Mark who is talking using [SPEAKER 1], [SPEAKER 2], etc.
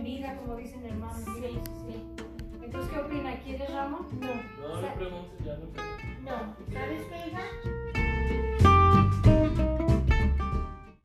[SPEAKER 1] pues, como dicen hermanos.
[SPEAKER 2] Sí,
[SPEAKER 1] pues, Sí.
[SPEAKER 2] sí.
[SPEAKER 1] Entonces, ¿qué opina? ¿Quieres ramo?
[SPEAKER 2] No,
[SPEAKER 1] No.
[SPEAKER 3] No le preguntes, ya no preguntes.
[SPEAKER 2] no.
[SPEAKER 1] ¿Sabes qué?